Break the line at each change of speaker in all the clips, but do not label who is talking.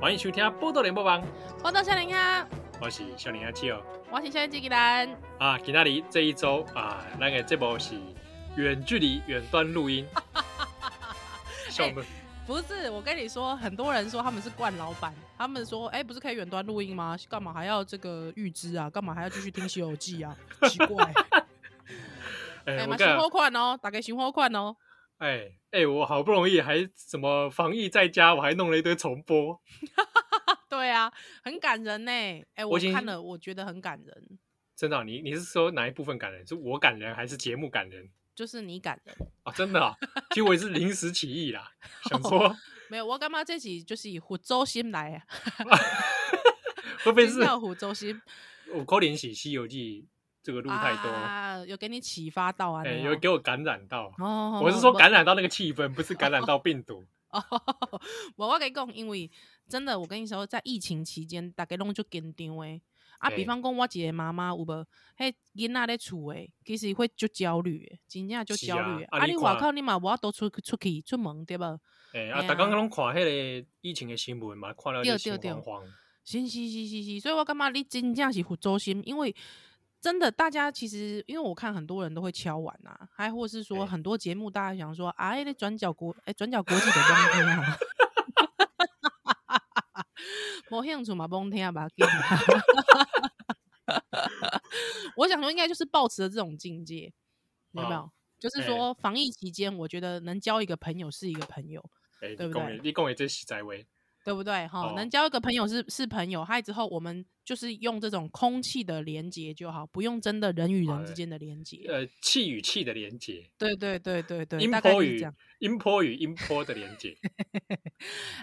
欢迎收听《波多联播网》，
我到笑脸呀，
我是少年阿七哦。
啊我是小机器人。
啊，今天里这一周啊，那个这部是远距离远端录 音，像我们
不是，我跟你说，很多人说他们是惯老板，他们说，哎、不是可以远端录音吗？干嘛还要这个预知啊？干嘛还要继续听《西游记》啊？ 奇怪，
哎、
哎、
我
买
看
新货款哦，打给新货款哦。
哎哎，我好不容易还什么防疫在家，我还弄了一堆重播。
对啊，很感人呢、哎、
我
我
已经
看了，我觉得很感人，
真的啊、你你是说哪一部分感人？是我感人还是节目感人？
就是你感人。
啊，真的啊，其实我也是临时起意 啦，想说
没有，我干嘛这集就是以虎州心来、啊，
会不会
听
是
到虎州心
我扣连喜《西游记》这 个录太多，哎、
啊，有给你启发到啊？那
有
样
给我感染到。
哦，
我是说
不
感染到那个气氛，不是感染到病毒。
哦，我我跟你讲，因为真 的，我跟你说，在疫情期间，大家拢就紧张诶。啊，
对
比方讲，我一个妈妈有无？迄囡仔咧厝诶，其实会就焦虑的，真正就是焦虑的。
啊啊你
你
看
外口你嘛，我都出去出去出门对无？
哎、
哎
啊，
呀
大家拢看迄个疫情的新闻嘛，看了就
对
心
对
惶惶。
是是是是是，所以我感觉你真正是周心，因为真的大家其实，因为我看很多人都会敲碗啊，还或是
哎
说很多节目大家想说，啊，那转角国，哎、转角国际的崩听啊， 没兴趣嘛，崩听吧。给你啊 我想说，应该就是保持着这种境界，有没有？
啊
就是
哎
说，防疫期间，我觉得能交一个朋友是一个朋友，
哎、你
对不
讲
对
的，你讲的这实在话，
对不对？哈、
哦
能交一个朋友是是朋友，嗨之后我们就是用这种空气的连接就好，不用真的人与
哎
人之间的连接。
呃，气与气的连接，
对对对对对，
音
大概
波
是这
与
样。
音波与音波的连 接。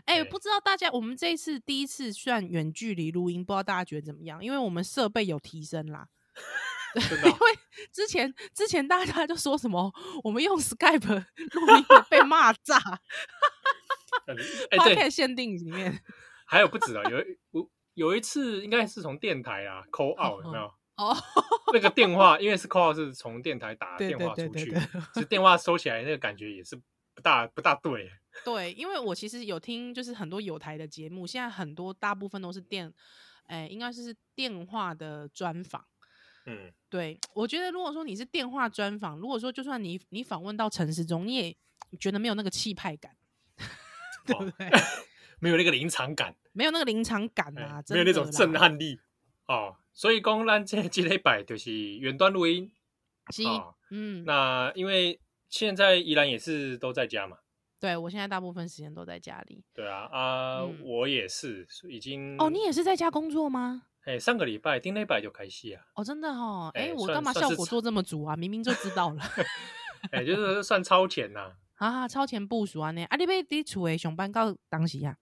哎、
哎
不知道大家，我们这一次第一次算远距离录音，不知道大家觉得怎么样？因为我们设备有提升啦。
真的哦、
之前之前大家就说什么，我们用 Skype 录音会被骂炸
呃 哎、
p o
对
c，a 限定里面。
还有不止啊，有一我有一次应该是从电台啊 call out 有没有？
哦，
那个电话，因为是 call out 是从电台打
对
电
对
话
对
出
对
去，
对。
其实电话收起来那个感觉也是不大不大对。
对，因为我其实有听，就是很多有台的节目，现在很多大部分都是电，哎、应该是电话的专访。
嗯，
对我觉得，如果说你是电话专访，如果说就算你你访问到陈时中，你也觉得没有那个气 派感，对不
哦
对？
没有那个临场感，
没有那个临场感
哎
啊，真
没有那
的
种
啦
震。撼力哦。所以讲，咱这这礼拜就是远端录音。
是
哦
嗯，
那因为现在依然也是都在家嘛，
对我现在大部分时间都在家里。
对啊啊，
嗯
我也是已经
哦，你也是在家工作吗？
哎上个礼拜丁礼拜就开戏啊，
哦，真的哦，
哎
哎、我
算
干嘛
算
效
是
果
差
做这么足啊？明明就知道 了
哎，就是算超前呐、啊，
啊，超前部署啊呢！啊，你被你厝诶上班到当时啊？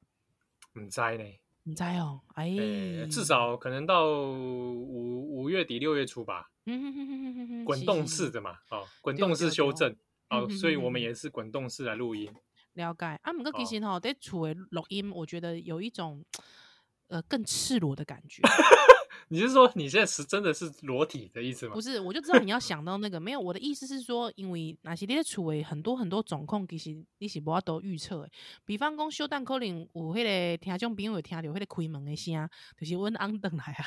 唔知 呢。
你知哦，哎、
欸，至少可能到五五月底六月初吧，
嗯
滚动式的嘛，哦，滚
啊
动式修正，哦，所以我
嗯
们也是滚动式来录音，
了解。啊，毋过
哦
其实吼，在厝诶录音，我觉得有一种呃更赤裸的感 觉。
你是说你现在是真的是裸体的意思吗
不？是，我就知道你要想到那个没有。我的意思是说，因为那些在厝诶很多很多状况，其实你是无法度预测诶。比方讲，小蛋可能有迄个听众朋友有听到迄个开门诶声，就是阮翁倒来啊，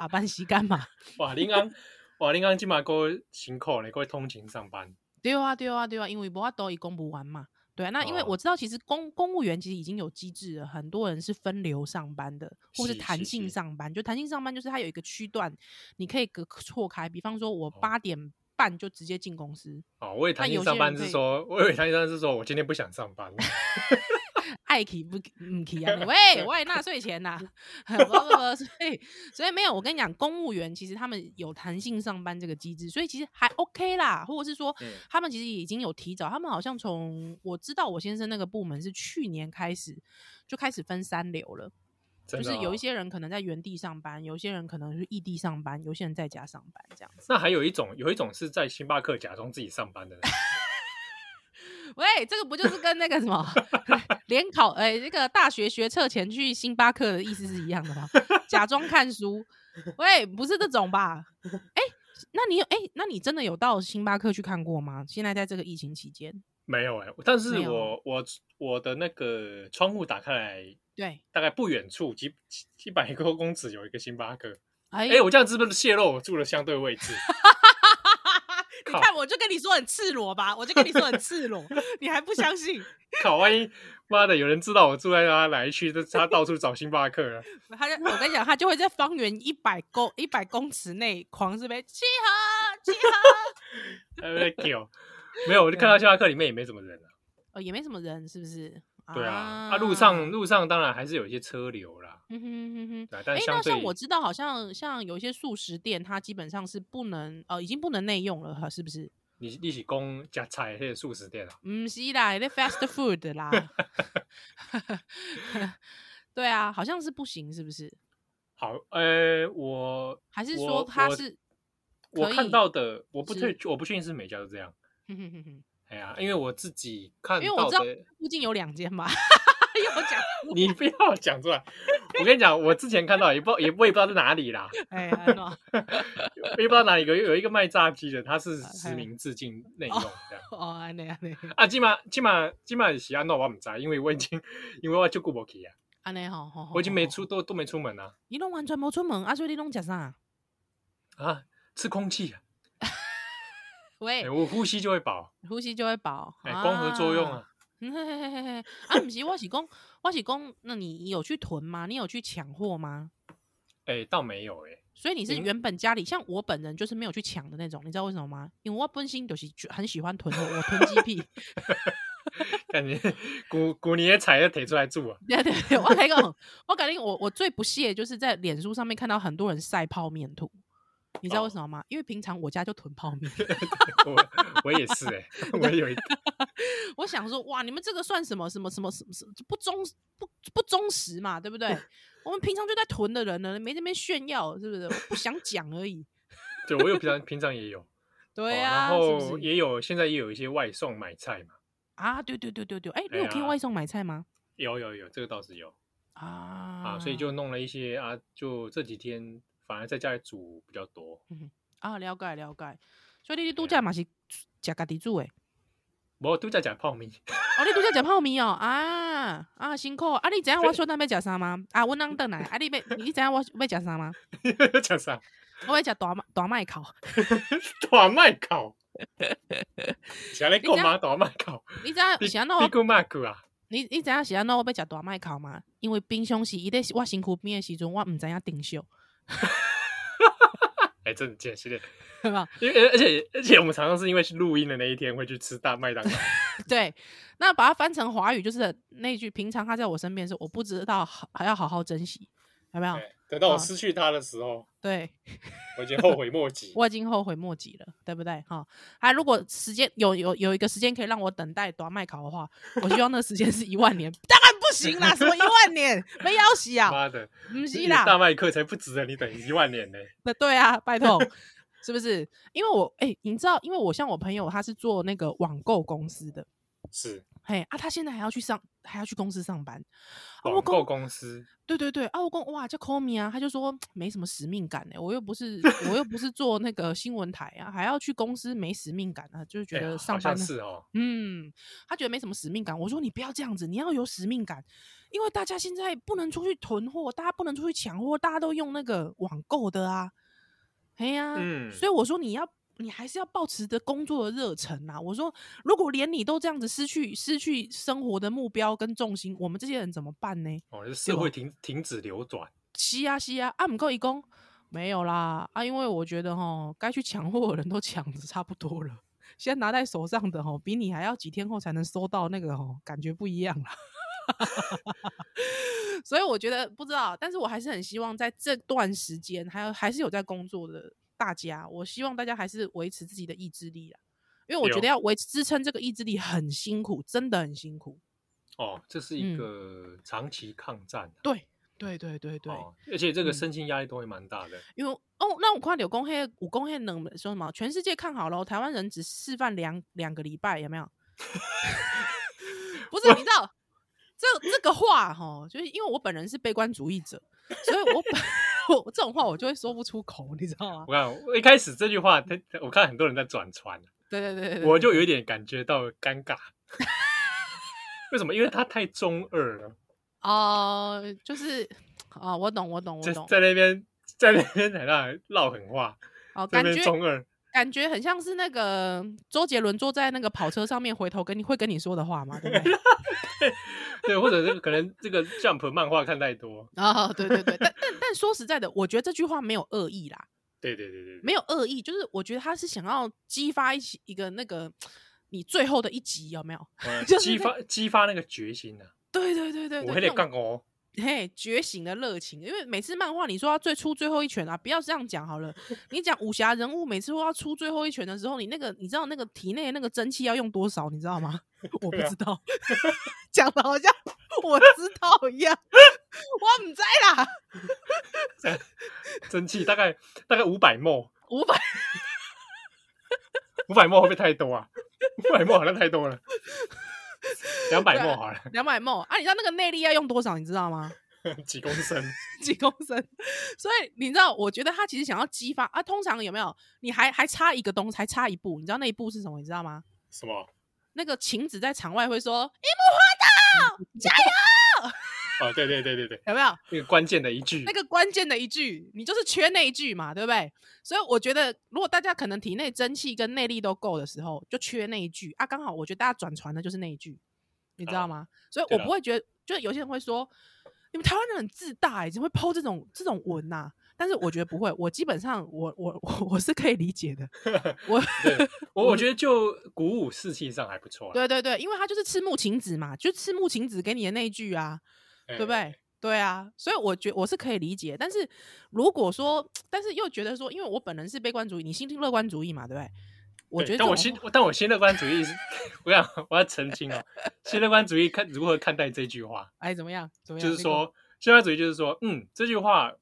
下班时间嘛。
哇，林安，哇，林安今嘛够辛苦嘞，够通勤上班，
对啊，对啊，对啊，因为无法度伊公不完嘛。对啊，那因为
哦
我知道，其实公公务员其实已经有机制了，很多人是分流上班的，或是
是
弹
是
性
是
上班。就弹性上班，就是它有一个区段，你可以隔错开。比方说，我
哦
八点半就直接进公司，
哦，我也弹
那
性
有些
上班
人
是
可以
说，我以为弹性上班是说我今天不想上 班，
爱去不唔 去啊？喂，我也纳税钱呐、 不不不，所以所以没有。我跟你讲，公务员其实他们有弹性上班这个机制，所以其实还 OK 啦。或者是说
嗯，
他们其实已经有提早，他们好像从我知道我先生那个部门是去年开始就开始分三流了，
真
就
的、
是
哦。
有一，些人可能在原地上班，有些人可能是异地上班，有些人在家上班这样子。
那还有一种，有一种是在星巴克假装自己上班的，
喂，这个不就是跟那个什么联考哎、那个大学学测前去星巴克的意思是一样的吗？假装看书，喂，不是这种吧？哎、那你有哎、那你真的有到星巴克去看过吗？现在在这个疫情期间，
没有哎、但是
没有哦
我我我的那个窗户打开来，
对，
大概不远处几几几百多公尺有一个星巴克。
哎
哎、我这样是不是泄露我住的相对位置？
你
靠
看，我就跟你说很赤裸吧，我就跟你说很赤裸，你还不相信？
靠，万一妈的有人知道我住在他哪一区，就他到处找星巴克了。
他就我跟你讲，他就会在方圆一百公一百公尺内狂是呗，集合集合，
呃，在叫没有，我就看到星巴克里面也没什么人啊。
哦，也没什么人，是不是？
对啊，啊，路上路上当然还是有一些车流啦，
嗯哼哼哼。
对啊、
哎、
但
那
相对
像我知道，好像像有一些素食店，它基本上是不能呃，已经不能内用了，是不是？
你一起供加菜那些素食店啊，
嗯，是啦，那 fast food 啦。对啊，好像是不行，是不是？
好，呃，我
还是
我
说它
我
是
我
可以
看到的，我不
是
确我不确定是每家都这样。
哼哼哼哼
哎呀，因为我自己看
因为我
到
知道
的，
附近有两间吧？又 讲
你不要讲出来。我跟你讲，我之前看到也不知道也我也不知道在哪里啦，
哎，安诺
我也不知道哪里有有一个卖炸鸡的，它是
哎
实名制进内用这样。
哦，安内安内
啊，起码起码起码喜安诺我唔知道，因为我已经因为我就顾不起啊，
安内吼吼，
我已经没
吼，
出都都没出门啊
你拢完全没出门，啊，所以你拢食啥？
啊，吃空气啊，
喂
哎，我呼吸就会饱，
呼吸就会饱，
哎，光合作用啊。
嘿嘿嘿嘿嘿， 啊，不是，我是讲，我是讲，那你有去囤吗？你有去抢货吗？
哎，倒没有哎，
所以你是
嗯
原本家里，像我本人就是没有去抢的那种，你知道为什么吗？因为我本身就是很喜欢囤货，我囤 鸡屁。
感觉古古年菜要提出来煮啊，
对对对，我跟你讲，我感觉我我最不屑就是在脸书上面看到很多人晒泡面图，你知道为
哦
什么吗？因为平常我家就囤泡面，
我我也是哎，我也有一
我想说，哇，你们这个算什么什么什么什么什么不忠不不忠实嘛，对不对？我们平常就在囤的人呢，没这边炫耀，是不是？我不想讲而已。
对，我有平常平常也有，
对
哦然
啊，是
后
不是
也有现在也有一些外送买菜嘛，
啊，对对对对对，哎、你
哎
有可以
呀
外送买菜吗？
有有有，这个倒是有
啊
啊，所以就弄了一些啊，就这几天反而在家里煮比较多，
啊，了解了解。所以你去度
对啊
假嘛是吃家己煮诶，哦
我都在家泡面，
哦，你度假食泡面哦，啊啊辛苦啊！你知影我小等要食啥吗？啊，阮翁倒来，啊你要你知影我要食啥吗？
讲啥？
我要食大麦大麦烤，
大麦烤，想来
你哦
购
知
买大麦烤，
你知影是安怎
你够麦克啊？
你你知影是安怎我要食大麦烤吗？因为冰箱是伊咧我身躯边诶时阵，我毋知影定 休，
哎，真的真是的，
对吧？
因为而且而且我们常常是因为去录音的那一天会去吃大麦当劳，
对，那把它翻成华语就是那句：平常他在我身边的时候，我不知道好还要好好珍惜，有没有？
对 等到
啊
我失去它的时候，
对
我已经后悔莫及。
我已经后悔莫及了，对不对？哈，啊，如果时间有有有一个时间可以让我等待短麦考的话，我希望那个时间是一万年，当然不行啦，什么一万年，没要死 啊，
妈的，
不是
你
啦，
大麦克才不值得你等一万年呢！
那对啊，拜托，是不是？因为我哎、你知道，因为我像我朋友他是做那个网购公司的，
是
嘿啊，他现在还要去上还要去公司上班，啊、
网
我
购
公
公司，
对对对，啊，我公哇叫 call me 啊，他就说没什么使命感哎、我又不是我又不是做那个新闻台啊，还要去公司没使命感啊，就是觉
哎
得
好
上
像
班呢
是哦，
嗯，他觉得没什么使命感。我说你不要这样子，你要有使命感，因为大家现在不能出去囤货，大家不能出去抢货，大家都用那个网购的啊。哎呀、
嗯
所以我说你要，你还是要保持着工作的热忱啊。我说，如果连你都这样子失去失去生活的目标跟重心，我们这些人怎么办呢？
哦，这社
吧
会停停止流转，
是啊是啊，啊唔够一公没有啦啊，因为我觉得哈，该去抢货的人都抢的差不多了， 现在拿在手上的哈，比你还要几天后才能收到那个哦，感觉不一样啦。 所以我觉得不知道，但是我还是很希望在这段时间，还有还是有在工作的大家，我希望大家还是维持自己的意志力啦，因为我觉
有
得要维持支撑这个意志力很辛苦，真的很辛苦。
哦，这是
嗯
一个长期抗战、啊
对对对对对，
哦，而且这个
嗯
身心压力都会蛮大的。
因为哦，那我看柳公黑武功黑能说什么？全世界看好了，台湾人只示范两两个礼拜，有没 有？不是，你知道这这个话哈，就是因为我本人是悲观主义者，所以我本 我这种话我就会说不出口，你知道吗？
我看我一开始这句话，他我看很多人在转传，啊
对对对对对，
我就有一点感觉到尴 尬。为什么？因为他太中二了，
哦、就是哦，我懂我懂我
在
懂，
在那边在那边很让人唠狠话，
哦，
在
感
那边
觉
中二。
感觉很像是那个周杰伦坐在那个跑车上面，回头跟你会跟你说的话嘛，对不对？
对，或者是可能这个 Jump 漫画看太多。
啊、对对对，但但但说实在的，我觉得这句话没有恶意啦，
对对对对对，
没有恶意，就是我觉得他是想要激发一起一个那个你最后的一集有没有？
呃
就是
激发激发那个决心啊！
对对对对对，
我还
那
得
种
杠哦。
嘿，觉醒的热情，因为每次漫画你说要最出最后一拳啊，不要这样讲 好了。你讲武侠人物每次都要出最后一拳的时候，你那个你知道那个体内的那个蒸汽要用多少，你知道吗？ 我不
对啊
知道，讲的好像我知道一样， 我唔知啦，
蒸汽大概大概五百沫，
五百
五百沫会不会太多啊？五百沫好像太多了，两百
啊
沫好了，
两百梦啊，你知道那个内力要用多少，你知道吗？
几公升？
几公升，所以你知道，我觉得他其实想要激发啊。通常有没有？你还还差一个东西，还差一步，你知道那一步是什么？你知道吗？
什么？
那个晴子在场外会说：“
哦，对对对对对，
有没有？
那个关键的一句
那，个关键的一句，你就是缺那一句嘛，对不对？所以我觉得，如果大家可能体内真气跟内力都够的时候，就缺那一句啊。刚好我觉得大家转传的就是那一句，你知道
啊
吗？所以
对
我
啦
不会觉得，就有些人会说，你们台湾人很自大、欸，怎么会抛这种这种文呐、但是我觉得不会，我基本上我我 我我是可以理解的。我
对我我觉得就鼓舞士气上还不错啦，
嗯
啊
对对对，因为他就是赤木晴子嘛，就赤木晴子给你的那一句啊。
对
对不？对？对啊，所以我觉我是可以理解，但是如果说，但是又觉得说，因为我本人是悲观主义，你心听乐观主义嘛，对不对？我
对
觉得
但
这
我
种
新
话
但我新乐观主义是，我想我要澄清哦，新乐观主义看如何看待这句话，
哎怎么样？怎么样？
就是
那个
说新乐观主义就是说，嗯，这句话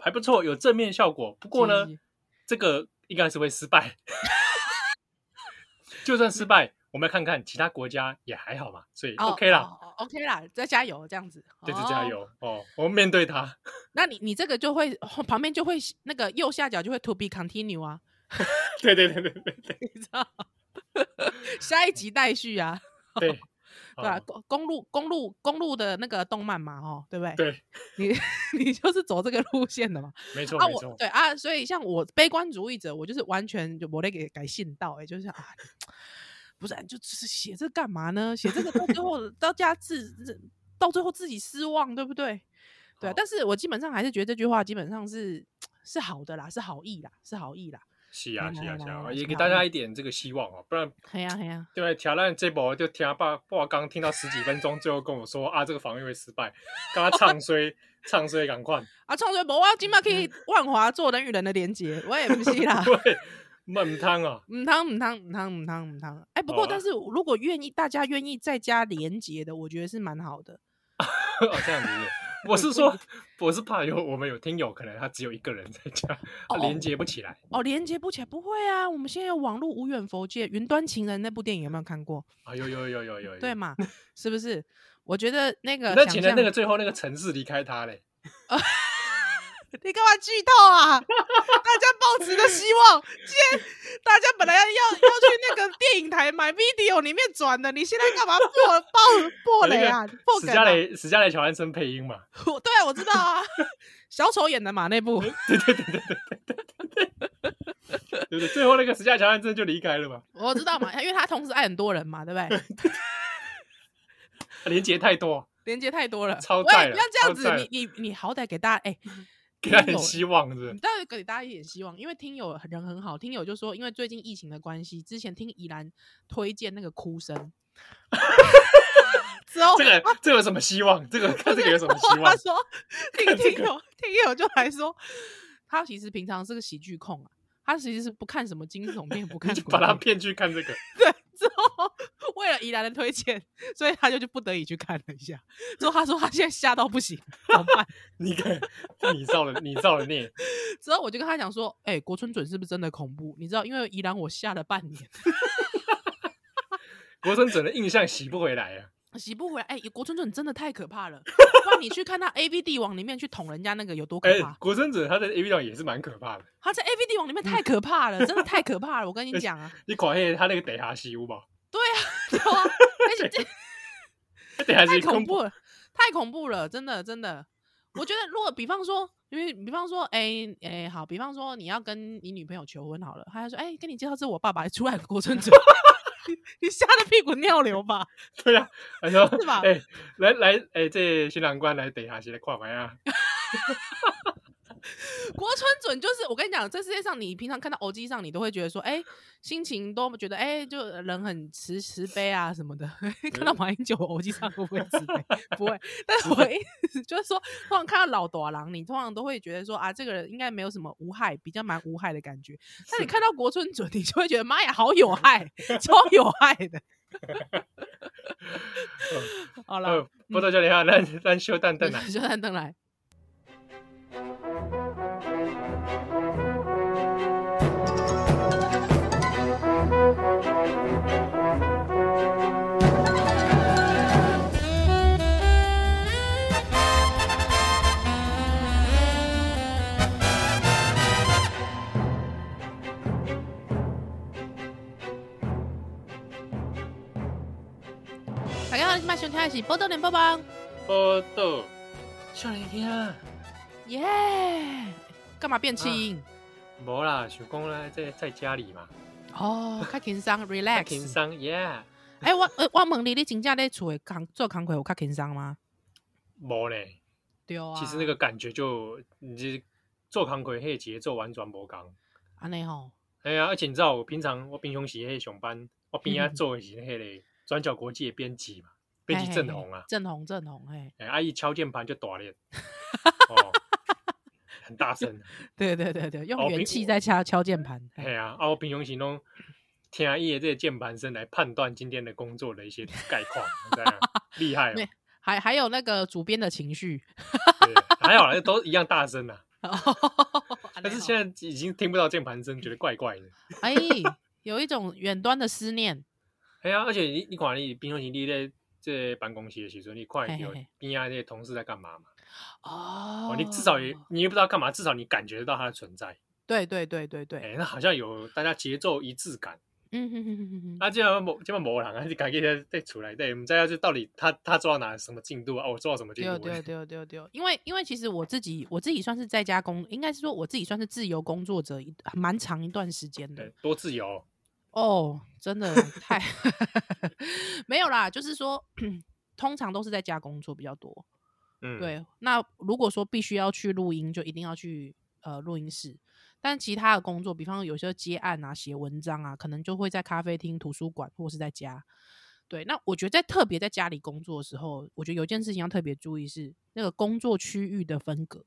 还不错，有正面效果，不过呢
是，
这个应该是会失败。 就算失败，我们要看看其他国家也还好嘛，所以
哦
OK 啦，
哦哦，OK 啦，再加油这样子，
对，就
哦
加。油哦。我们面对它，
那你你这个就会 后旁边就会那个右下角就会 to be continue 啊，
对对对对对对
你知道？下一集待续啊，
对，
对啊吧、
哦
公公路公路公路的那个动漫嘛，哦，对不对？
对，
你你就是走这个路线的嘛。
没错
啊，
没
我
错，
对啊，所以像我悲观主义者，我就是完全就我得给改信到、欸，哎，就是啊，不是啊就只是写这干嘛呢？写这个到最后到家自自到最后自己失望，对不对？对啊、
好
但是我基本上还是觉得这句话基本上是是好的啦，是好意啦，是好意啦。
是啊
来
是
来
啊
来
是
来
啊，
来
也
请
给
好
大家
嗯
一点这个希望哦，不然
嘿呀嘿呀，
对吧？挑战这波就听爸爸刚听到十几分钟，最后跟我说啊，这个防御会失 败，跟他唱衰唱衰，赶快，
啊，创作博我今麦可以万华做人与人的连接，我也不是啊 啦。
对，闷汤啊，
唔汤唔汤唔汤唔汤唔汤，哎、不
好
过
啦
但是如果愿意，大家愿意再加连接的，我觉得是蛮好的。
哦，这样子是不是。我是说， 我是怕有我们有听友，可能他只有一个人在家，他啊
哦
连接不起来。
哦，连接不起来，不会啊！我们现在有网络无远佛界，《云端情人》那部电影有没有看过？
啊，有有有有有有。
对？嘛？是不是？我觉得那个
那
想
请了那
象
个，最后那个城市离开他嘞，
你干嘛剧透啊？大家抱持着希望，今天大家本来要要要去那个电影台买 video 里面转的，你现在干嘛破爆破
那
雷
个
啊？破
史
梗、
嘉
啊？
蕾史嘉蕾乔安森配音嘛？
我对啊，我知道 啊，小丑演的嘛那
哎
部。
对不对？最后那个史嘉蕾乔安森就离开了嘛？
我知道嘛，因为他同时爱很多人嘛，对不 对？
连接太多，
连接太多了，
超
喂
载
不
了
要这
超
样子
载，了
你你你好歹给大家哎，
给他
听
点
友
希望，是不是
你？当然给大家一点希望，因为听友人很好，听友就说，因为最近疫情的关系，之前听宜兰推荐那个 哭声，之后
这个这个有什么希望？这个看这个有什么希望
他？说听听友听友就来说，他其实平常是个喜剧控啊，他其实是不看什么惊悚片，不看
你就
鬼
把他
片
骗去看这个，
之后为了宜兰的推荐，所以他就就不得已去看了一下。之后他说他现在吓到不行，怎么办？
你看你造了你造了孽，
之后我就跟他讲说，哎、国村准是不是真的恐怖？你知道，因为宜兰我吓了半年，
国生整的印象洗不回来啊！
洗不回来。哎、国村准真的太可怕了，不然你去看他 A V 帝王里面去捅人家那个有多可
哎、
怕？
国生子他在 A V 上也是蛮可怕的。
他在 A V 帝王里面太可怕了，真的太可怕了。我跟你讲啊，
你看那个他那个得哈西屋吧，
对啊，而且这
得哈
太
西
恐
恐
怖了，太恐怖了，真的真的。我觉得如果比方说，因为比方说，哎、哎、好，比方说你要跟你女朋友求婚好了，他还说，哎、跟你介绍这是我爸爸，出来个郭春 哲，你你吓得屁滚尿流吧？
对呀、啊，他说
是吧
哎、来来，哎、这新郎官来得哈西来看麦啊，
国村准就是我跟你讲，这世界上你平常看到偶机上，你都会觉得说，哎、心情都觉得，哎、就人很慈慈悲啊什么的。 看到马英九偶机上会不会慈悲？ 不会。但是我意思就是说，通常看到老朵郎，你通常都会觉得说，啊，这个人应该没有什么无害，比较蛮无害的感觉。但你看到国村准，你就会觉得，妈呀，好有害， 超有害 的。好了，嗯
呃，不多叫你哈，咱咱小蛋 蛋啊，
就让邓来。大家好，今麦收听的是《波多连播报》。
波豆，少年兄啊，
耶！干嘛变轻？
无啦，想讲咧，这在家里嘛，
哦，较 轻松
较轻
，relax。
松耶，
哎、我呃我问你，你真正咧厝诶工做工课有较轻松吗？
无咧，
对啊。
其实那个感觉就你这做康奎嘿节奏完全无共。
安尼吼，
哎呀，而且你知道我平常我平常时迄上班，我边啊
嗯
做的是迄个转角国际的编辑嘛，编辑郑红啊，
正红正 红，嘿，
哎，阿姨敲键盘就打 脸，哦，很大声，
对对对对，用
哦
元
比
气
我
在敲敲键盘。嘿
哎呀，啊，我平常时拢听伊的这个键盘声来判断今天的工作的一些概 况，这样厉害哦，
没还还有那个主编的情绪，
对，还好啦，都一样大声啊，
但
但是 现在已经听不到键盘声，觉得怪怪的。
哎，有一种远端的思念，
哎呀，而且你你看你平常时你在这办公室的时候，你看
嘿
到
嘿嘿
边啊这些同事在干嘛嘛？
哦
哦，你至少也你也不知道干嘛，至少你感觉得到它的存在。
对对对对
哎、
对，
那好像有大家节奏一致感。
嗯哼哼哼哼哼，
啊，这样某这样某人啊，你感觉在在出来，对，我们道这到底他他做到哪什么进度啊？我做到什么进
对
度？
对对对对，因为因为其实我自己我自己算是在家工，应该是说我自己算是自由工作者一蛮长一段时间的
对，多自由。
哦，真的太 没有啦，就是说 通常都是在家工作比较多。
嗯，，
对，那如果说必须要去录音，就一定要去呃录音室。但其他的工作，比方有些接案啊、写文章啊，可能就会在咖啡厅、图书馆或是在家。对，那我觉得在特别在家里工作的时候，我觉得有一件事情要特别注意是那个工作区域的分隔。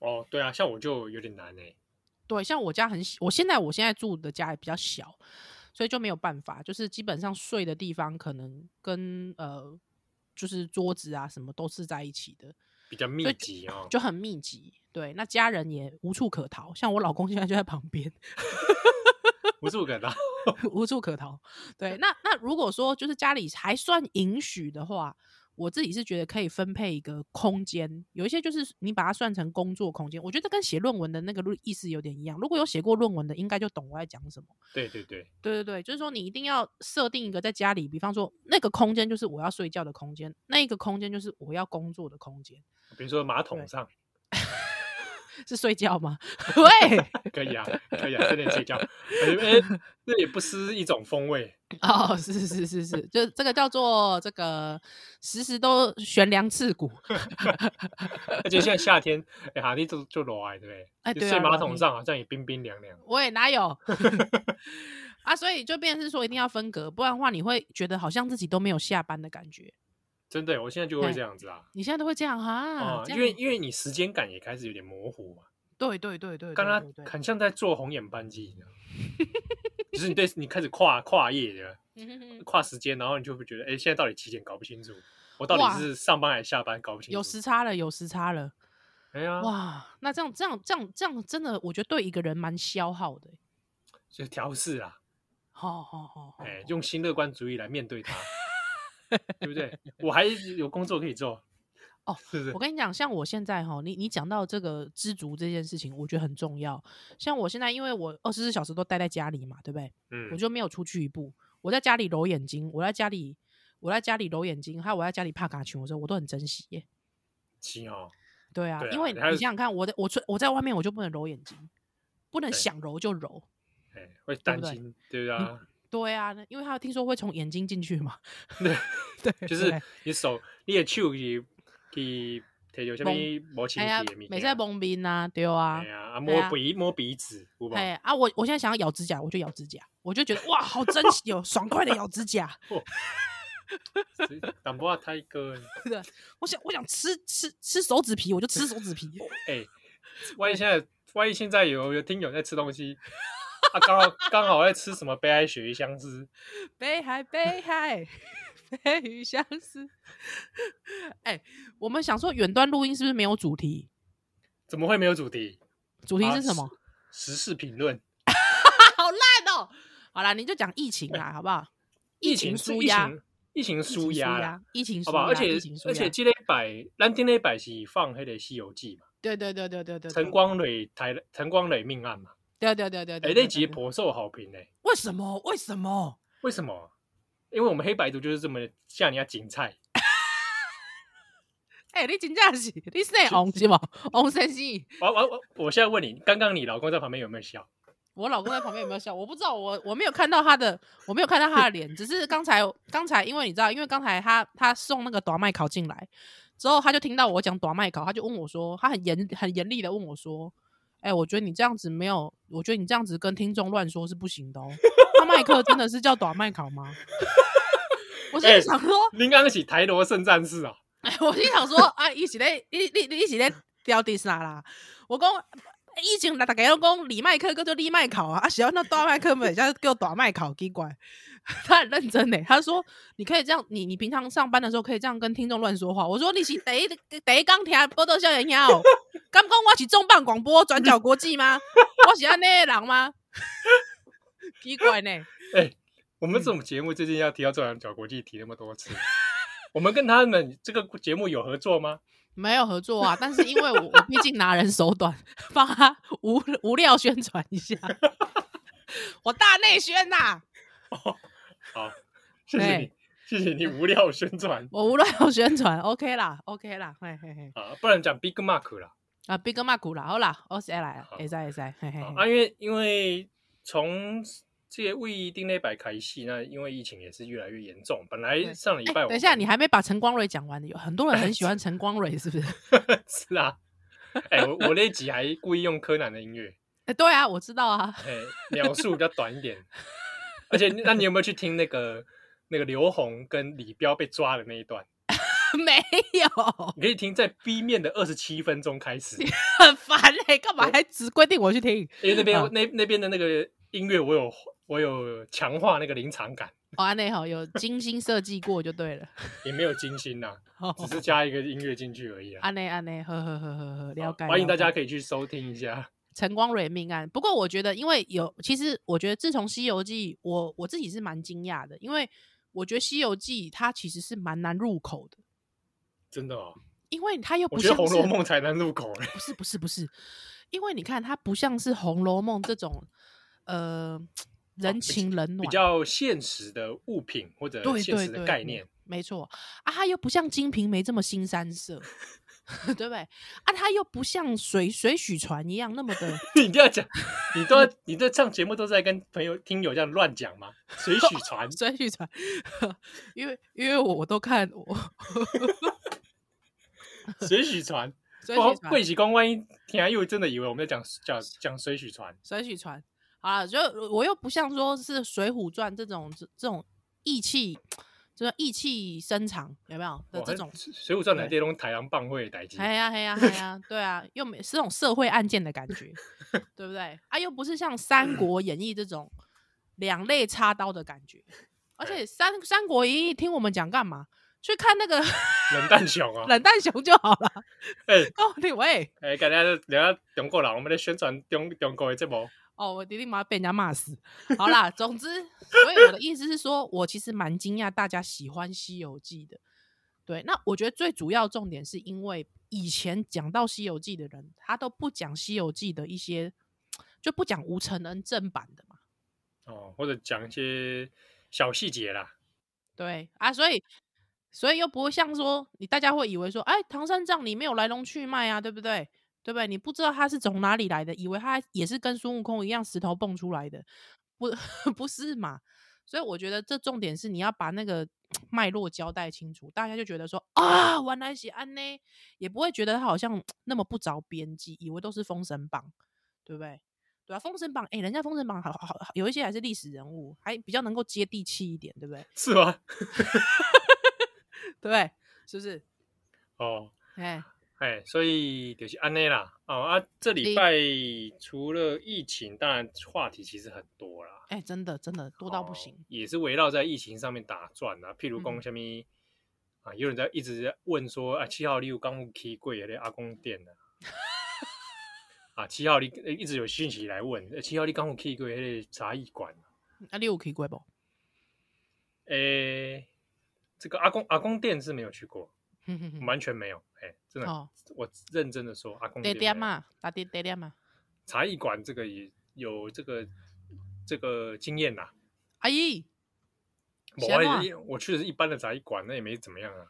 哦，对啊，像我就有点难哎、
对，像我家很小，我现在我现在住的家也比较小，所以就没有办法，就是基本上睡的地方可能跟呃就是桌子啊什么都是在一起的。
比较密
所以就
集哦。
就很密集。对，那家人也无处可逃，像我老公现在就在旁边，
不是我 给他，
无处可逃。对，那那如果说就是家里还算允许的话，我自己是觉得可以分配一个空间，有一些就是你把它算成工作空间，我觉得跟写论文的那个路意思有点一样。如果有写过论文的，应该就懂我在讲什么。
对对对，
对对对，就是说你一定要设定一个在家里，比方说那个空间就是我要睡觉的空间，那个空间就是我要工作的空间，
比如说马桶上
是睡觉吗？ 喂。
可 以啊，可以啊，真的睡觉，哎、哎那也不失一种风味。
哦，是是是是是，就这个叫做这个时时都悬梁刺股，
而且现在夏天，哎、哈你就就热哎，对不对？
哎
就
对啊
睡
热
马
哎
桶上好像也冰冰凉凉。
我也哪 有啊？所以就变成是说一定要分隔，不然的话你会觉得好像自己都没有下班的感觉。
真的，我现在就会
哎
这样子啊。
你现在都会这样哈、
啊，
这
因为
样
因为你时间感也开始有点模糊嘛，
对对对对，
刚
对
刚
对对
很像在做红眼班机一 样，就是你对你开始跨跨页的
嗯哼哼
跨时间，然后你就会觉得，哎、现在到底几点搞不清楚，我到
哇
底是上班还是下班搞不清楚。
有时，差了，有时差了，
哎呀，
哇！那这样这样这样这样，真的我觉得对一个人蛮消耗的欸。
就调试啦，啊
好好好，
哎、
哦
用新乐观主义来面对它。对不对？我还有工作可以做，
哦，
是不是
我？跟你讲，像我现在哈，你你讲到这个知足这件事情，我觉得很重要。像我现在，因为我二十四小时都待在家里嘛，对不对？
嗯
我，就没有出去一步。我在家里揉眼睛，我在家里，我在家里揉眼睛，还有我在家里帕卡球的时候，我都很珍惜耶。
行哦，
对啊，
对
因
啊
为
你
你
还有
想想看，我在我出我在外面我就不能揉眼睛，不能
对
想揉就揉。
哎，会
不
担
对
心，对不对啊？
对啊，那因为他听说会从眼睛进去嘛。 对，
就是
对
你手，你的手去去摕着什么无清
哎呀
洁的物，
每次在
件，
蒙冰呐，对啊
哎。呀，啊
对
摸
啊
鼻摸鼻子，有无？
哎啊，我我现在想要咬指甲，我就咬指甲，我就觉得哇，好 珍惜哦，爽快的咬指甲。
是淡薄仔泰哥，
我想我想吃吃吃手指皮，我就吃手指皮。
哎，万一现在万一现在有有听友在吃东西，啊，刚好 刚好在吃什么悲哀鳕鱼香丝，
北海，北海，北鱼相思。 哎、我们想说远端录音是不是没有主题？
怎么会没有主题？
主题
啊
是什么？
时事评论，
好烂哦、好啦，你就讲疫情啦，好不好？
疫
情
是
舒
疫
压，
情疫情
疫情
舒压啦，，
疫情
好
舒
吧？
压，
而且
疫情舒
而且
压
这礼拜咱顶礼拜是放迄个《西游记》嘛，
对对对对对对，
陈光磊台陈光磊命案嘛，
对对对对
哎、
对，
那集
对
颇受好评呢、欸
为什么？为什么？
为什么？因为我们黑白族就是这么像人家芹菜，
哎、你真正是你姓王是吗？王先生，
我我我，我现在问你，刚刚你老公在旁边有没有笑？
我老公在旁边有没有笑？我不知道，我我没有看到他的，我没有看到他的脸，只是刚才刚才因为你知道，因为刚才他他送那个短麦考进来之后，他就听到我讲短麦考，他就问我说，他很严很严厉的问我说，哎、我觉得你这样子没有，我觉得你这样子跟听众乱说是不行的哦。他麦克真的是叫短麦考吗？我心里
哎
想说，
您刚刚起台罗圣战士啊？
哎、 我心想说，啊，一起咧，你你你一起咧屌迪啥啦？我讲。以前大家拢讲李麦克叫做李麦考啊，啊，喜欢那大麦克们，叫叫大麦考，奇怪， 他很认真呢。欸他说：“你可以这样，你你平常上班的时候可以这样跟听众乱说话。”我说：“你是第一第一刚听波多笑人呀哦，刚刚我是重磅广播转角国际吗？ 我喜欢那个人吗？ 奇怪呢，
哎、我们这
嗯
种节目最近要提到这两角国际提那么多次， 我们跟他们这个节目有合作吗？
没有合作啊， 但是因为我我毕竟拿人手短，帮他无无料宣传一下， 我大内宣呐、
哦好，谢谢你，谢谢你无料宣传
我无料宣传，OK 啦，OK 啦，嘿嘿嘿，
啊，不然讲 Big Mark 啦
啊，Big Mark 啦，好啦，我再来
好，
会使会使，嘿哎嘿
啊
嘿，
啊，因为因为从这些未定内摆开戏，那因为疫情也是越来越严重，本来
对
上礼
哎
拜我、
等一下，你还没把陈光蕊讲完，有很多人很喜欢陈光蕊，是不是？
是啊，哎、我我那一集还故意用柯南的音乐，
哎，对啊，我知道啊，
哎、描述比较短一点。而且，那你有没有去听那个那个刘宏跟李彪被抓的那一段？
没有，
你可以听在 B 面的二十七分钟开始，
很烦哎、干嘛还只规定我去听？
因为那边、
啊
那那边的那个音乐，我有我有强化那个临场感，
哦，安内好，有精心设计过就对了，
也没有精心呐、只是加一个音乐进去而已啊。
安内安内，呵呵呵呵呵，了解，
欢迎大
了解
家可以去收听一下。
陈光蕊命案。不过我觉得，因为有，其实我觉得自从《西游记》，我我自己是蛮惊讶的，因为我觉得《西游记》它其实是蛮难入口的，
真的哦，
因为它又
我
不
觉得
像
《红
是
楼梦》才能入口欸嘞。
不是不是不是，因为你看它不像是《红楼梦》这种呃人情冷暖，
哦比较现实的物品或者
对
现
对
实的
对，
概
没
念，
没错啊，它又不像《金瓶梅》这么新三色。 对不对啊？它又不像水水许传一样那么的
你不要讲，你都要你这上节目都是在跟朋友听友这样乱讲吗？随许 传
追剧传， 因为因为我我都看我
随许传，
追
不
剧
然
传，
贵喜公万一听又真的以为我们在讲讲讲随许传，
水许传啊，就我又不像说是《水浒传》这种这这种义气，就是义气深长，有没有的
哇
这种？
水浒传哪
对
这种台阳棒会的代志，
哎呀，哎呀，哎呀，对啊，又没是这种社会案件的感觉，对不对？啊，又不是像《三国演义》这种两肋插刀的感觉，而且三《三国演义》听我们讲干嘛？去看那个
冷淡熊啊！
冷淡熊就好了。
哎
告诉你，喂，
哎，感觉人家中国人我们在宣传中中国的节目，
哦，我弟弟马上被人家骂死。好啦，总之，所以我的意思是说，我其实蛮惊讶大家喜欢《西游记》的。对，那我觉得最主要重点是因为以前讲到《西游记》的人，他都不讲《西游记》的一些，就不讲吴承恩正版的嘛。
哦，或者讲一些小细节啦。
对啊，所以所以又不会像说你大家会以为说，哎，唐三藏你没有来龙去脉啊，对不对？对不对？你不知道他是从哪里来的，以为他也是跟孙悟空一样石头蹦出来的，不 不是嘛？所以我觉得这重点是你要把那个脉络交代清楚，大家就觉得说啊，原来是安呢，也不会觉得他好像那么不着边际，以为都是封神榜，对不对？对啊，封神榜，哎，人家封神榜好好好有一些还是历史人物，还比较能够接地气一点，对不对？
是吗？
对，是不是？
哦，
哎，
哎，所以就是安内啦。哦啊，这礼
你
拜除了疫情，当然话题其实很多啦，
哎，真的真的多到不
哦
行。
也是围绕在疫情上面打转啊。譬如
嗯
讲什么、啊，有人在一直问说啊，七号六刚有去过那个阿公店啊。啊，七号你一直有讯息来问，呃七号你刚有去过那个茶艺馆啊？
啊，你有去过不？
诶、这个阿公阿公店是没有去过，
哼哼哼
完全没有。哎、真的，
哦，
我认真的说，阿公
爹
店
爹
没有
嘛，打爹爹爹嘛。
茶艺馆这个也有这个这个经验呐、
阿姨，
我
什么
也我去的是一般的茶艺馆，那也没怎么样啊。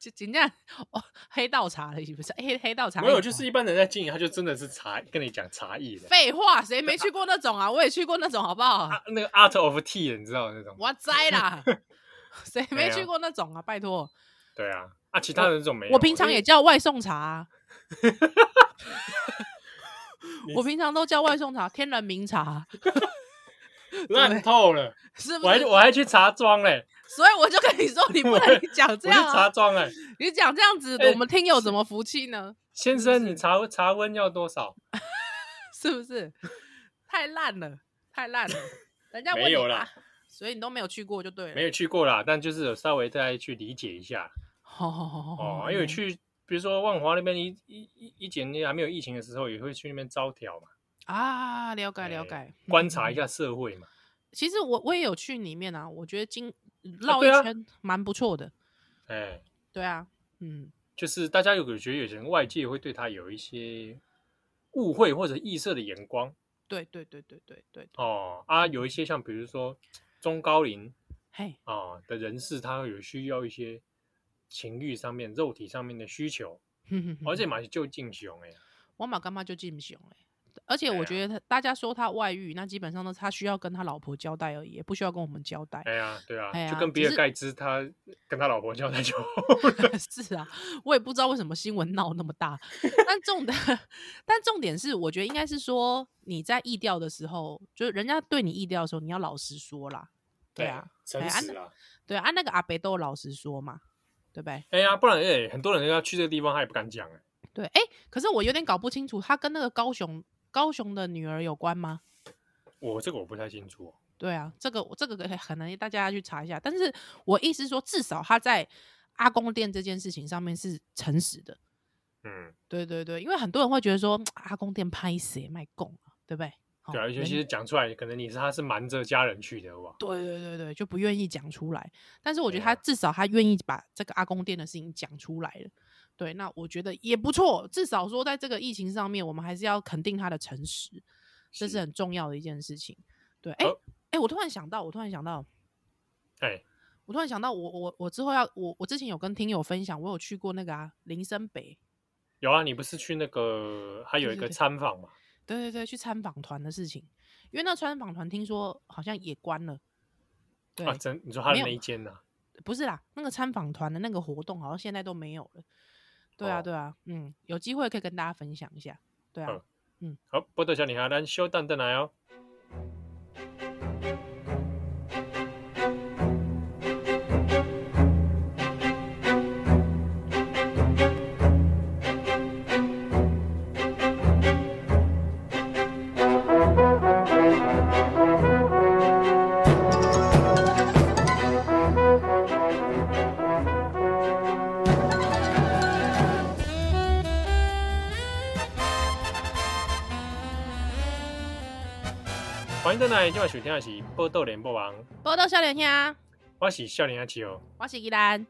就真正哦，黑道茶了是不是？黑黑道茶
没有，就是
一
一般人在经营，他就真的是茶，跟你讲茶艺的
种废话，谁没去过那种啊？我也去过那种，好不好？
啊，那个 art of tea，的你知道那种？
我 栽啦，谁
哎
没
呀
去过那种啊？拜托，
对啊，啊，其他人这种没有。
我平常也
因为
叫外送 茶啊
你，
我平常都叫外送茶，天然名茶，
烂透了，
是
我
不
还
是？
我还去茶庄嘞，
所以我就跟你说，你不
我
能讲
我去
这样
茶
啊！
庄哎，
你讲这样子，
哎
我们听友怎么服气呢？
先生，你茶茶温要多少？
是不是？太烂了，太烂 了！人家问
没有
你
啦
啊，所以你都没有去过就对了。
没有去过啦，但就是有稍微再去理解一下
好好好好
哦
好，，
因为
嗯
去。比如说万华那边一一一一几年还没有疫情的时候，也会去那边招条嘛，
啊，了解了
哎
解，
观察一
嗯。嗯嗯
下社会嘛。
其实我我也有去里面啊，我觉得经绕
对啊
一圈蛮不错的。
哎，
对啊，嗯，
就是大家有有觉得有些人外界会对他有一些误会或者异色的眼光
对对对对对对，
哦啊，有一些像比如说中高龄
嘿，
啊、的人士，他有需要一些情欲上面、肉体上面的需求，
哼哼哼
而且嘛是就近雄哎，
我马干妈就进不行哎。而且
哎
我
呀
觉得他大家说他外遇，那基本上呢，他需要跟他老婆交代而已，也不需要跟我们交代。
哎呀，对啊，
哎呀
就跟比
只
尔
是
盖茨他跟他老婆交代就好
是啊，我也不知道为什么新闻闹那么大，但重的， 但重点是，我觉得应该是说你在意调的时候，就是人家对你意调的时候，你要老实说啦。 对啊，，
诚
哎啊
实
那
啦，
对啊，那个阿北都有老实说嘛，对不对？
哎呀，不然哎，很多人要去这个地方他也不敢讲哎，
对，哎，可是我有点搞不清楚，他跟那个高雄高雄的女儿有关吗？
我这个我不太清楚哦，
对啊，这个这个可可能大家要去查一下。但是我意思是说，至少他在阿公店这件事情上面是诚实的。
嗯，
对对对，因为很多人会觉得说阿公店拍谁卖供啊，对不对？
对啊，
哦
尤
人
其是讲出来，可能你是他是瞒着家人去的哇，
对对对对，就不愿意讲出来。但是我觉得
对啊
他至少他愿意把这个阿公店的事情讲出来了。对，那我觉得也不错，至少说在这个疫情上面，我们还是要肯定他的诚实，这
是
是很重要的一件事情。对，哎、
好
哎，我突然想到，我突然想到，
哎。
我突然想到我，我我之后要我我之前有跟听友分享，我有去过那个啊林森北，
有啊，你不是去那个还有一
对对
个
对
参访嘛？
对对对，去参访团的事情，因为那参访团听说好像也关了。对，
啊，真你说他的
没有
那一间呐、
不是啦，那个参访团的那个活动好像现在都没有了。对啊，
哦
对啊，嗯，有机会可以跟大家分享一下。对啊
嗯，好，波多小女孩，咱稍等等来哦。欢迎回来，今晚收听的是《报道联播网》，
报道笑脸听，
我是少年阿七哦。
我是依兰，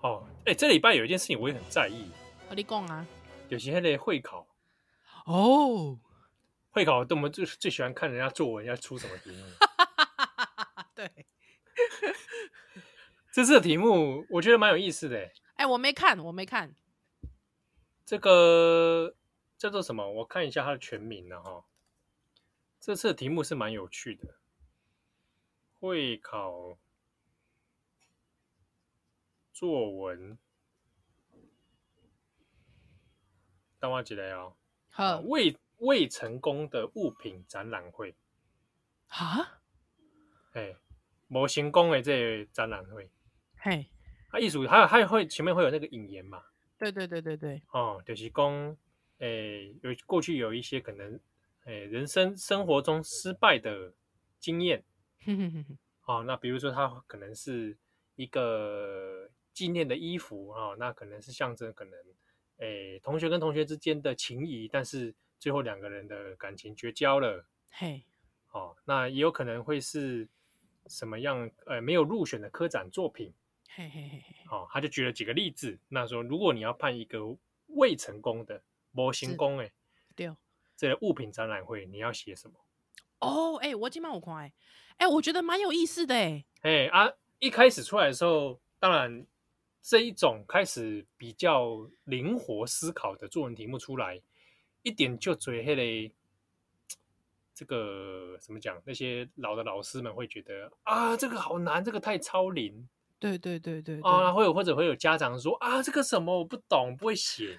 哦，哎、这礼拜有一件事情我也很在意，
和你讲啊。
就是那个会考，
哦，
会考我们最最喜欢看人家作文要出什么题目。
对，
这次的题目我觉得蛮有意思的，
哎、我没看，我没看。
这个叫做什么？我看一下它的全名了哈。这次的题目是蛮有趣的，会考作文。等我起来哦，啊
好
未未成功的物品展览会，
啊，
哎，没成功的这个展览会，
嘿，
啊，艺术还有还有会前面会有那个引言嘛，
对对对对对，
哦，就是讲，诶、有过去有一些可能，诶、人生生活中失败的经验，
哼哼哼哼
哦，那比如说它可能是一个纪念的衣服啊、哦，那可能是象征可能，诶、同学跟同学之间的情谊，但是最后两个人的感情绝交了，
嘿，
哦，那也有可能会是什么样，呃，没有入选的科展作品，
嘿嘿嘿嘿，
哦，他就举了几个例子，那说如果你要判一个未成功的、没成
是
功诶。
对。
这个物品展览会，你要写什么？
哦，哎、我今晚有看哎、哎、我觉得蛮有意思的哎、
哎啊，一开始出来的时候，当然这一种开始比较灵活思考的作文题目出来，一点就追黑嘞。这个怎么讲？那些老的老师们会觉得啊，这个好难，这个太超龄
对对对对对，
啊，会有或者会有家长说啊，这个什么我不懂，不会写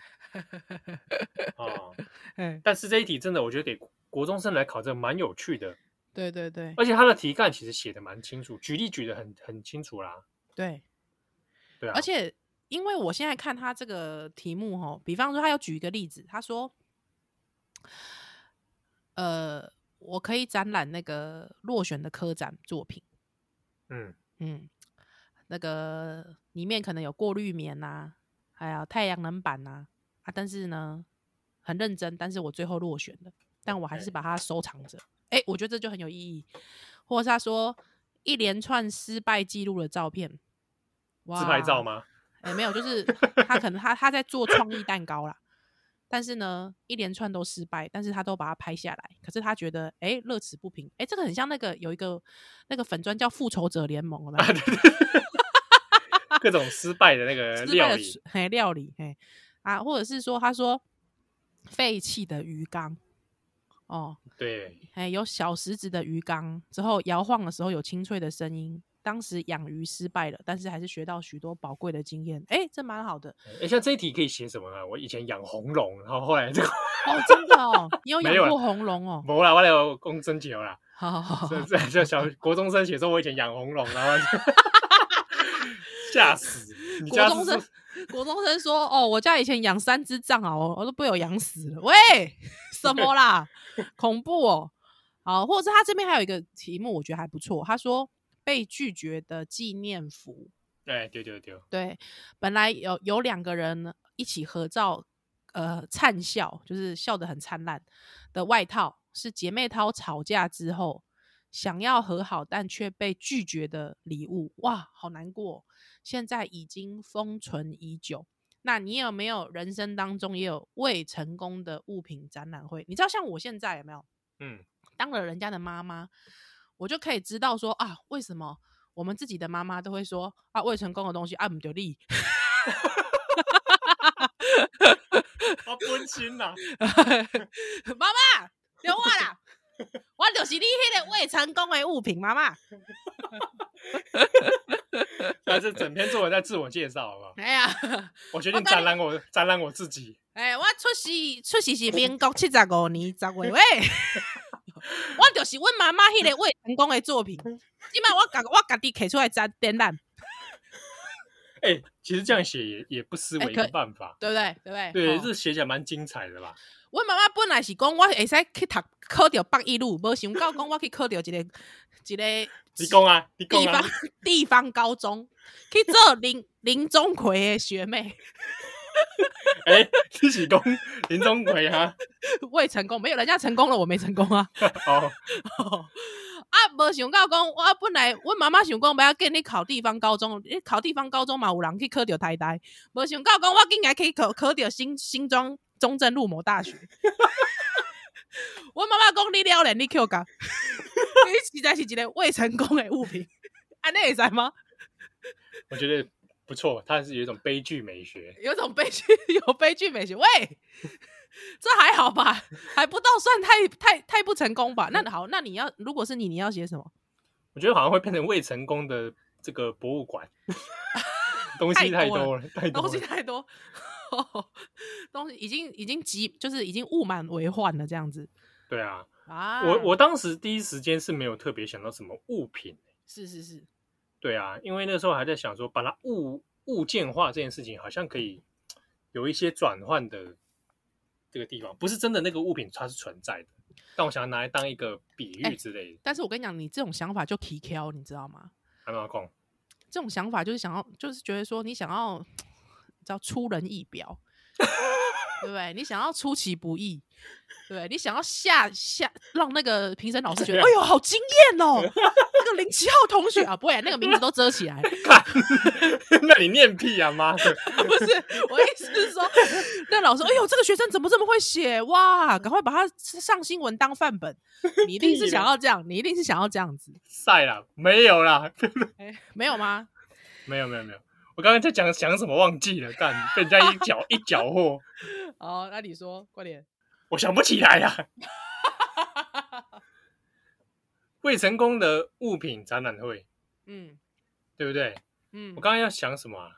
啊。
哎，
但是这一题真的，我觉得给国中生来考，这蛮有趣的。
对对对
而且他的题干其实写的蛮清楚，举例举的很很清楚啦，
对，
对啊，
而且因为我现在看他这个题目哈，比方说他要举一个例子，他说，呃，我可以展览那个落选的科展作品，
嗯
嗯，那个里面可能有过滤棉呐、还有太阳能板呐、啊，但是呢，很认真，但是我最后落选了，但我还是
OK
把它收藏着。哎、我觉得这就很有意义。或者是他说一连串失败记录的照片，
自拍照
哇
吗？
哎、没有，就是他可能他他在做创意蛋糕啦，但是呢，一连串都失败，但是他都把它拍下来。可是他觉得，哎、乐此不疲。哎、这个很像那个有一个那个粉砖叫《复仇者联盟》有 没有
啊，对对对，各种失败的那个
失败
料
的
理
水，嘿料理嘿啊，或者是说他说废弃的鱼缸哦，
对，
哎有小石子的鱼缸，之后摇晃的时候有清脆的声音。当时养鱼失败了，但是还是学到许多宝贵的经验。哎、这蛮好的
哎，像这一题可以写什么啊？我以前养红龙，然后后来这个
哦，真的哦，你有
没有啊
养
啦
过红龙哦？
没啦，我有公真球啦，
好好好好
这这就小国中生写说我以前养红龙，然 后就吓死你
国
家
中
是
生
不是，
国中生说：“哦，我家以前养三只藏獒，哦我都被我养死了。”喂，什么啦？恐怖哦！好，或者是他这边还有一个题目，我觉得还不错。他说被拒绝的纪念服，
哎，对对对，
对，本来有有两个人一起合照，呃，灿笑，就是笑得很灿烂的外套，是姐妹淘吵架之后想要和好但却被拒绝的礼物，哇，好难过哦、现在已经封存已久。那你有没有人生当中也有未成功的物品展览会？你知道像我现在有没有？
嗯，
当了人家的妈妈，我就可以知道说啊，为什么我们自己的妈妈都会说啊，未成功的东西啊，唔丢力，
好温馨呐，
妈妈丢我啦，我就是你迄个未成功的物品，妈妈。
那这整篇作文在自我介绍，好不好？
哎呀，
我决定
我跟
展
你
览我展览我自己。
哎，我出世出世是民国七十五年十月喂。 我就是阮妈妈迄个未成功的作品，即摆我家我家己摕出来展展览，
哎、其实这样写也也不失
哎
为一个
可
办法。
对不对？对不对？
对，
吼
这写起来蛮精彩的吧？
阮妈妈本来是讲我会使去读考到北一路，无想到讲我去考到一个一个
你讲啊，你讲
地
啊
方， 地方高中，去做林林钟馗的学妹。
哎，你 是讲林宗奎啊？
未成功，没有人家成功了，我没成功啊。
哦，
啊，无想到讲，我啊本来我妈妈想讲，不要叫你考地方高中，你考地方高中嘛，有人去考到台大，无想到讲，我竟然可以考考到新新庄中正入某大学。 我妈妈讲你了嘞，你 Q 讲，你实在是一个未成功的物品， 安尼会使吗？
我觉得不错，它是有一种悲剧美学。
有种悲剧， 有悲剧美学。喂，这还好吧？还不到算太太太不成功吧？那好，那你要如果是你，你要写什么？
我觉得好像会变成未成功的这个博物 馆，东西
太
太
多
多了，太多
东西
了。
太多，东西已经已经集，就是已经物满为患了这样子
对啊，
啊。
我我当时第一时间是没有特别想到什么物品，
是是是，
对啊，因为那时候还在想说，把它物物件化这件事情，好像可以有一些转换的这个地方，不是真的那个物品它是存在的，但我想要拿来当一个比
哎
喻之类的，
但是我跟你讲，你这种想法就 K Q，你知道吗？
还蛮好空。
这种想法就是想要，就是觉得说你想要，你知道出人意表，对不对？你想要出其不意，对不对你想要吓吓，让那个评审老 师觉得，
这
哎
样
呦，好惊艳哦！那个零七号同学啊，不会，那个名字都遮起来了，
看， 那你念屁啊妈的！
不是，我意思是 说，那老师，哎呦，这个学生怎么这么会写哇？赶快把他上新闻当范 本，你一定是想要这样，你一定是想要这样子，
晒啦，没有啦，
哎，没有吗？
没有没有没有，我刚刚在讲讲什么忘记了，干被人家一搅一搅和，
哦，那你说，快点，
我想不起来啊呀、未成功的物品展览会，
嗯
对不对？
嗯
我，刚刚要想什么、啊？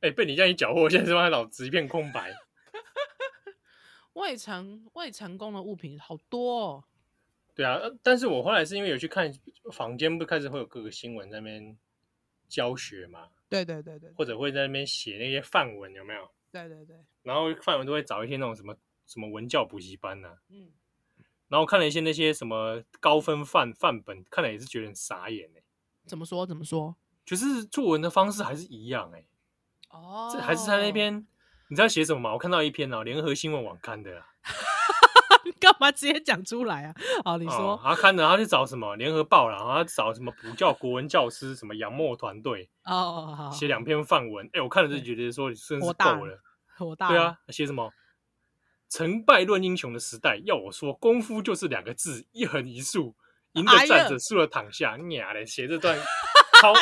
哎、被你这样一搅和，我现在他妈脑子一片空白。
未成未成功的物品好多、哦，
对啊，呃但是我后来是因为有去看房间，不是开始会有各个新闻在那边教学嘛，
对对对对
或者会在那边写那些范文，有没有？
对对对，
然后范文都会找一些那种什么什么文教补习班呐、
嗯，
然后看了一些那些什么高分范范本，看了也是觉得很傻眼哎、
怎么说怎么说？
就是作文的方式还是一样哎、
哦
这还是在那，边，你知道写什么吗？我看到一篇哦、联合新闻网刊的啊啦，
你 干嘛直接讲出来啊？好，你
你
说，
哦他看的，他去找什么联合报啦，然后他找什么补教国文教师，什么杨墨团队
哦，好好，
写两篇范文，哎、我看了就觉得说你真是
火大
够了，
火大，
对，啊，写什么？成败论英雄的时代，要我说，功夫就是两个字，一横一竖，赢的
哎呀
站着，输的躺下。娘嘞，写这 段超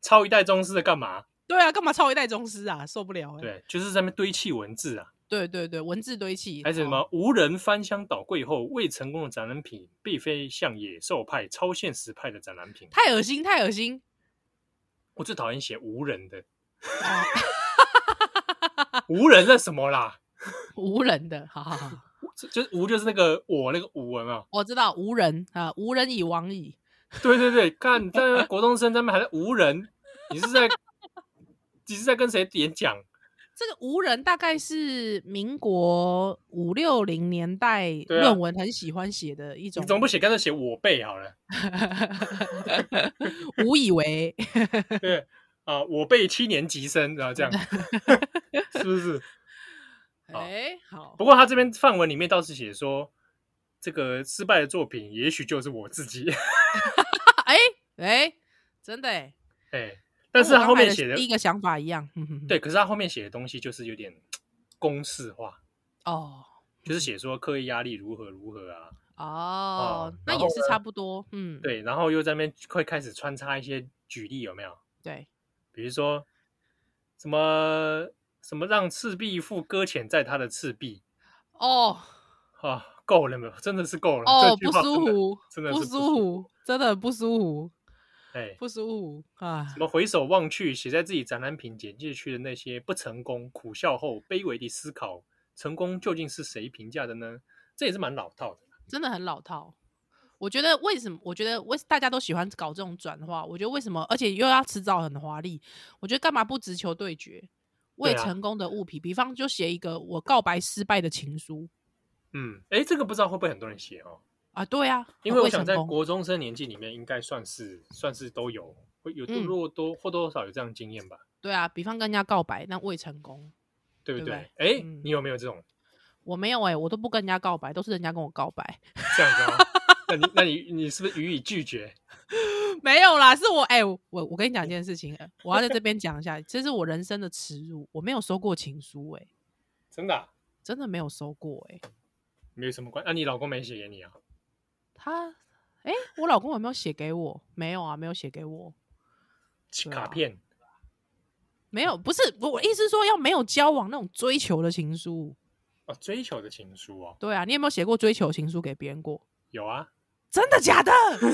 超一代宗师的干嘛？
对啊，干嘛抄一代宗师啊？受不了、欸，
对，就是在那边堆砌文字啊，
对对对，文字堆砌，
还是什
哦
么无人翻箱倒柜后未成功的展览品，必非像野兽派、超现实派的展览品。
太恶心，太恶心。
我最讨厌写无人的，
啊
无人那什么啦？
无人的， 好 好好，
就就是无就是那个我那个无文啊，
我知道无人啊，无人以亡矣。
对对对，看在那国中生他们还在无人，你是在你是在跟谁演讲？
这个无人大概是民国五六零年代
对啊
论文很喜欢写的一
你
种，
总不写干脆写我辈好了，
无以为
对啊，我辈七年级生，然后这样 是不是？ 好
哎、好
不过他这边范文里面倒是写说，这个失败的作品也许就是我自己，
哎哎、真的哎、
哎，但是
跟
他
我
后
刚才
面写的
第一个想法一样， 哼哼哼
对，可是他后面写的东西就是有点公式化，
哦
就是写说课业压力如何如何啊，
嗯哦
啊，
那
然
也
后
是
呢
差不多，嗯，
对，然后又在那边会开始穿插一些举例，有没有？
对，
比如说什么什么让赤壁赋搁浅在他的赤壁
哦
啊，够了没有？真的是够了，
哦，
这
不
句话真
舒
的。
服，
真的
不
是不
舒
舒
服，真的不舒服，
哎，
不舒服啊
什！么回首望去，写在自己展览品简介区的那些不成功、苦笑后卑微的思考，成功究竟是谁评价的呢？这也是蛮老套的。
真的很老套。我觉得为什么？我觉得为大家都喜欢搞这种转化。我觉得为什么？而且又要迟早很华丽。我觉得干嘛不直球对决？未
对啊
成功的物品，比方就写一个我告白失败的情书
嗯，哎，这个不知道会不会很多人写哦，
啊，对啊，
因为我
未
想
成
在
功
国中生年纪里面，应该算是算是都有会有多
嗯
若多或多或少有这样的经验吧。
对啊，比方跟人家告白，但未成功。
对不对？
对不
哎、
嗯
你有没有这种
我没有哎、我都不跟人家告白，都是人家跟我告白。
这样子吗？那你那你你是不是予以拒绝？
没有啦，是我哎、我我跟你讲一件事情，呃我要在这边讲一下，这是我人生的耻辱，我没有收过情书哎、
真的啊、
真的没有收过哎、
没有什么关。那、你老公没写给你啊？
他哎、我老公有没有写给我？没有啊，没有写给我，对啊
卡片
没有，不是我我意思是说要没有交往那种追求的情书。
哦，追求的情书哦，
对啊，你有没有写过追求情书给别人过？
有啊，
真的假的？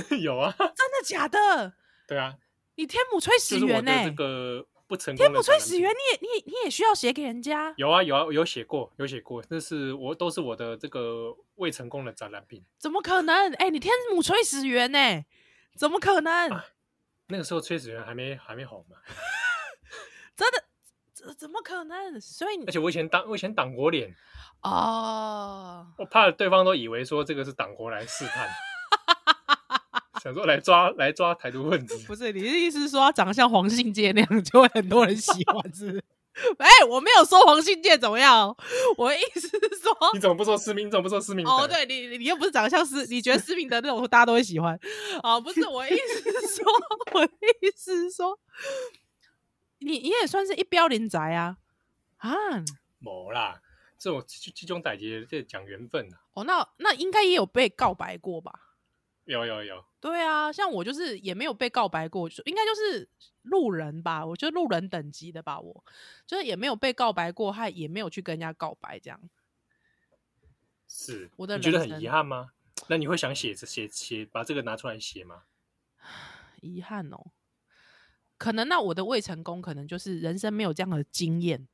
真
有啊，
的假的？
对啊，
你天母吹
就
死
是我
元呢、
对这个不成功
天
的
母
指南
吹死元，你也你也你也需要写给人家？
有啊有啊有写过有写过，这是我都是我的这个未成功的展览品。
怎么可能？哎、你天母吹死元呢、怎么可能？
啊那个时候崔始源还没还没红嘛，
真的？怎怎么可能？所以你
而且我以前当我以前党国脸，
哦，
我怕对方都以为说这个是党国来试 探，想说来抓来抓台独分子。
不是你的意思是说他长得像黄信介那样，就会很多人喜欢，是不 是？哎、我没有说黄信介怎么样，我的意思是说，
你怎么不说思明？你怎么不说思明？
哦，，对你，你你又不是长得像施，你觉得施明德那种大家都会喜欢啊？不是，我的意思是说， 我的意思是说，你你也算是一标林宅啊啊！
没啦，这种这这种代志这讲缘分啊，
哦，那那应该也有被告白过吧？
有有有，
对啊，像我就是也没有被告白过，就应该就是路人吧，我觉得路人等级的吧，我就是也没有被告白过，还也没有去跟人家告白，这样
是
我的
你觉得
人
很遗
生
憾吗？那你会想写写写把这个拿出来写吗？
遗憾哦。可能那我的未成功，可能就是人生没有这样的经验，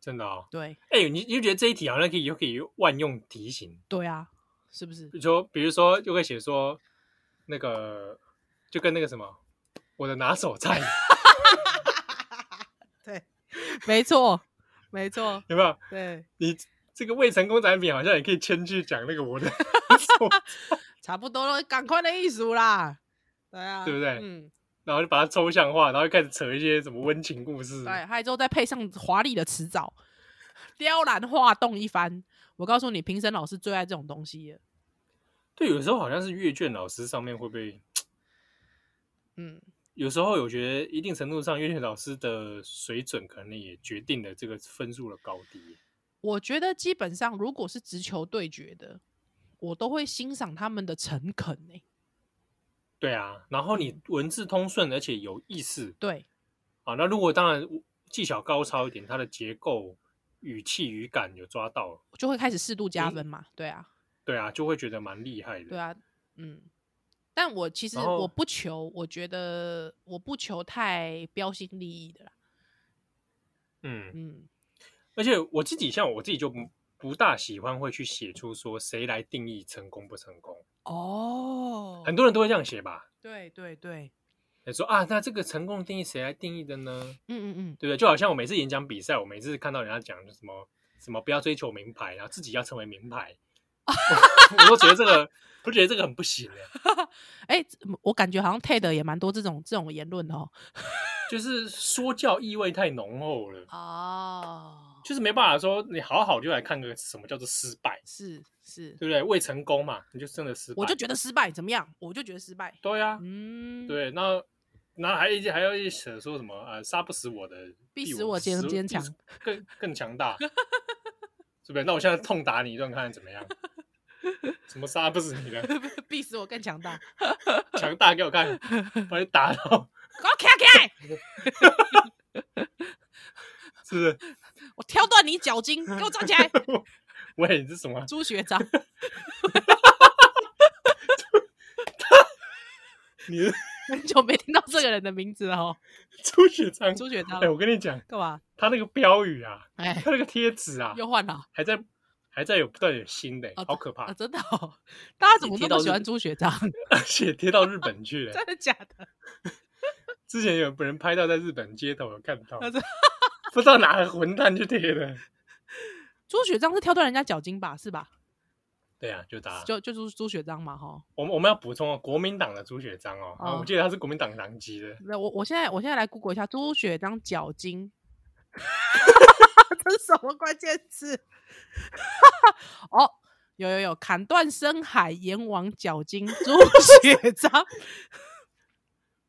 真的哦，
对。
哎、你你就觉得这一题好像可以又可以万用题型，
对啊，是不是
比？如说比如说就会写说那个就跟那个什么我的拿手菜
对，没错，没错，
有没有？
对，
你这个未成功展品好像也可以牵去讲那个我的 拿手，
差不多了，赶快的艺术啦。对啊，
对不对
嗯，
然后就把它抽象化，然后就开始扯一些什么温情故事。
对，啊还有之后再配上华丽的辞藻，雕栏画栋一番。我告诉你，评审老师最爱这种东西了。
对，有时候好像是阅卷老师上面会不会？
嗯，
有时候我觉得一定程度上，阅卷老师的水准可能也决定了这个分数的高低。
我觉得基本上如果是直球对决的，我都会欣赏他们的诚恳欸诶、
对啊，然后
嗯
你文字通顺，而且有意思
对，
啊。那如果当然技巧高超一点，它的结构、语气、语感有抓到，
就会开始适度加分嘛。对啊，
对啊，就会觉得蛮厉害的。
对啊，嗯。但我其实
然后
我不求，我觉得我不求太标新立异的啦。
嗯，
嗯，
而且我自己像我自己就不不大喜欢会去写出说谁来定义成功不成功，
哦
很多人都会这样写吧。
对对对，
说啊，那这个成功的定义谁来定义的呢？
嗯嗯嗯，
对不对？就好像我每次演讲比赛，我每次看到人家讲什么什么不要追求名牌，然后自己要成为名 牌，我我都觉得这个，我觉得这个很不行欸
哎、我感觉好像 TED 也蛮多这种这种言论的哦。
就是说教意味太浓厚了，
哦，
就是没办法说你好好就来看个什么叫做失败，
是是，
对不对？未成功嘛，你就真的失败，
我就觉得失败怎么样？我就觉得失败。
对啊，
嗯，，
对，那那还一直还要一扯说什么啊、呃杀不死我的，
必使我坚
死
坚
必
强
使更更强 大，是不是？那我现在痛打你一顿，看看怎么 样？什么杀不死你的？
必使我更强大。
强大给我看，把你打到，
给我卡起来！
是不是？
我挑断你脚筋，给我站起来！
喂，你是什么？
朱学长，
你是
很久没听到这个人的名字了哦。
朱雪昌？
朱学长
哎、，我跟你讲，
干嘛？
他那个标语啊，
哎、
他那个贴纸啊，
又换了啊
还在还在有不断有新的、
啊
好可怕
啊！，真的哦，大家怎
你
么
提
那
到
么喜
日
欢
本
朱学长？
而且贴到日本去了、
真的假的？
之前有人拍到在日本街头有看到
啊真，
不知道哪个混蛋去贴的。
朱学长是挑断人家脚筋吧？是吧？
对啊，就打
就就朱朱学章嘛，哈。
我们我们要补充哦，国民党的朱雪章哦，啊
哦
我记得他是国民党党籍的，
那我我现在我现在来 Google 一下朱雪章 脚筋，这是什么关键字？哦，有有有，砍断深海阎王脚筋，朱雪章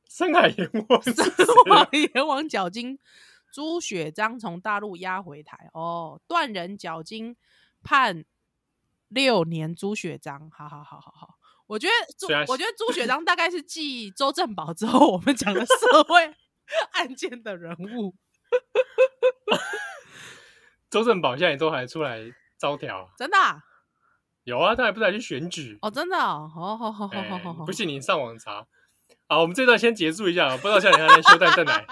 深海阎王 是谁，
王阎王脚筋，朱雪章从大陆押回台哦，断人脚筋判六年，朱雪章，好好好好好。我觉得朱
虽然，是
我觉得朱雪章大概是继周正宝之后，我们讲的社会 案件的人物。
周正宝现在都还出来招条，
真的啊、
有啊，他还不是还去选举？
哦，真的哦，好好好好
哎
好好好，
不信你上网查。好，我们这段先结束一下，不知道笑脸还能修蛋蛋来。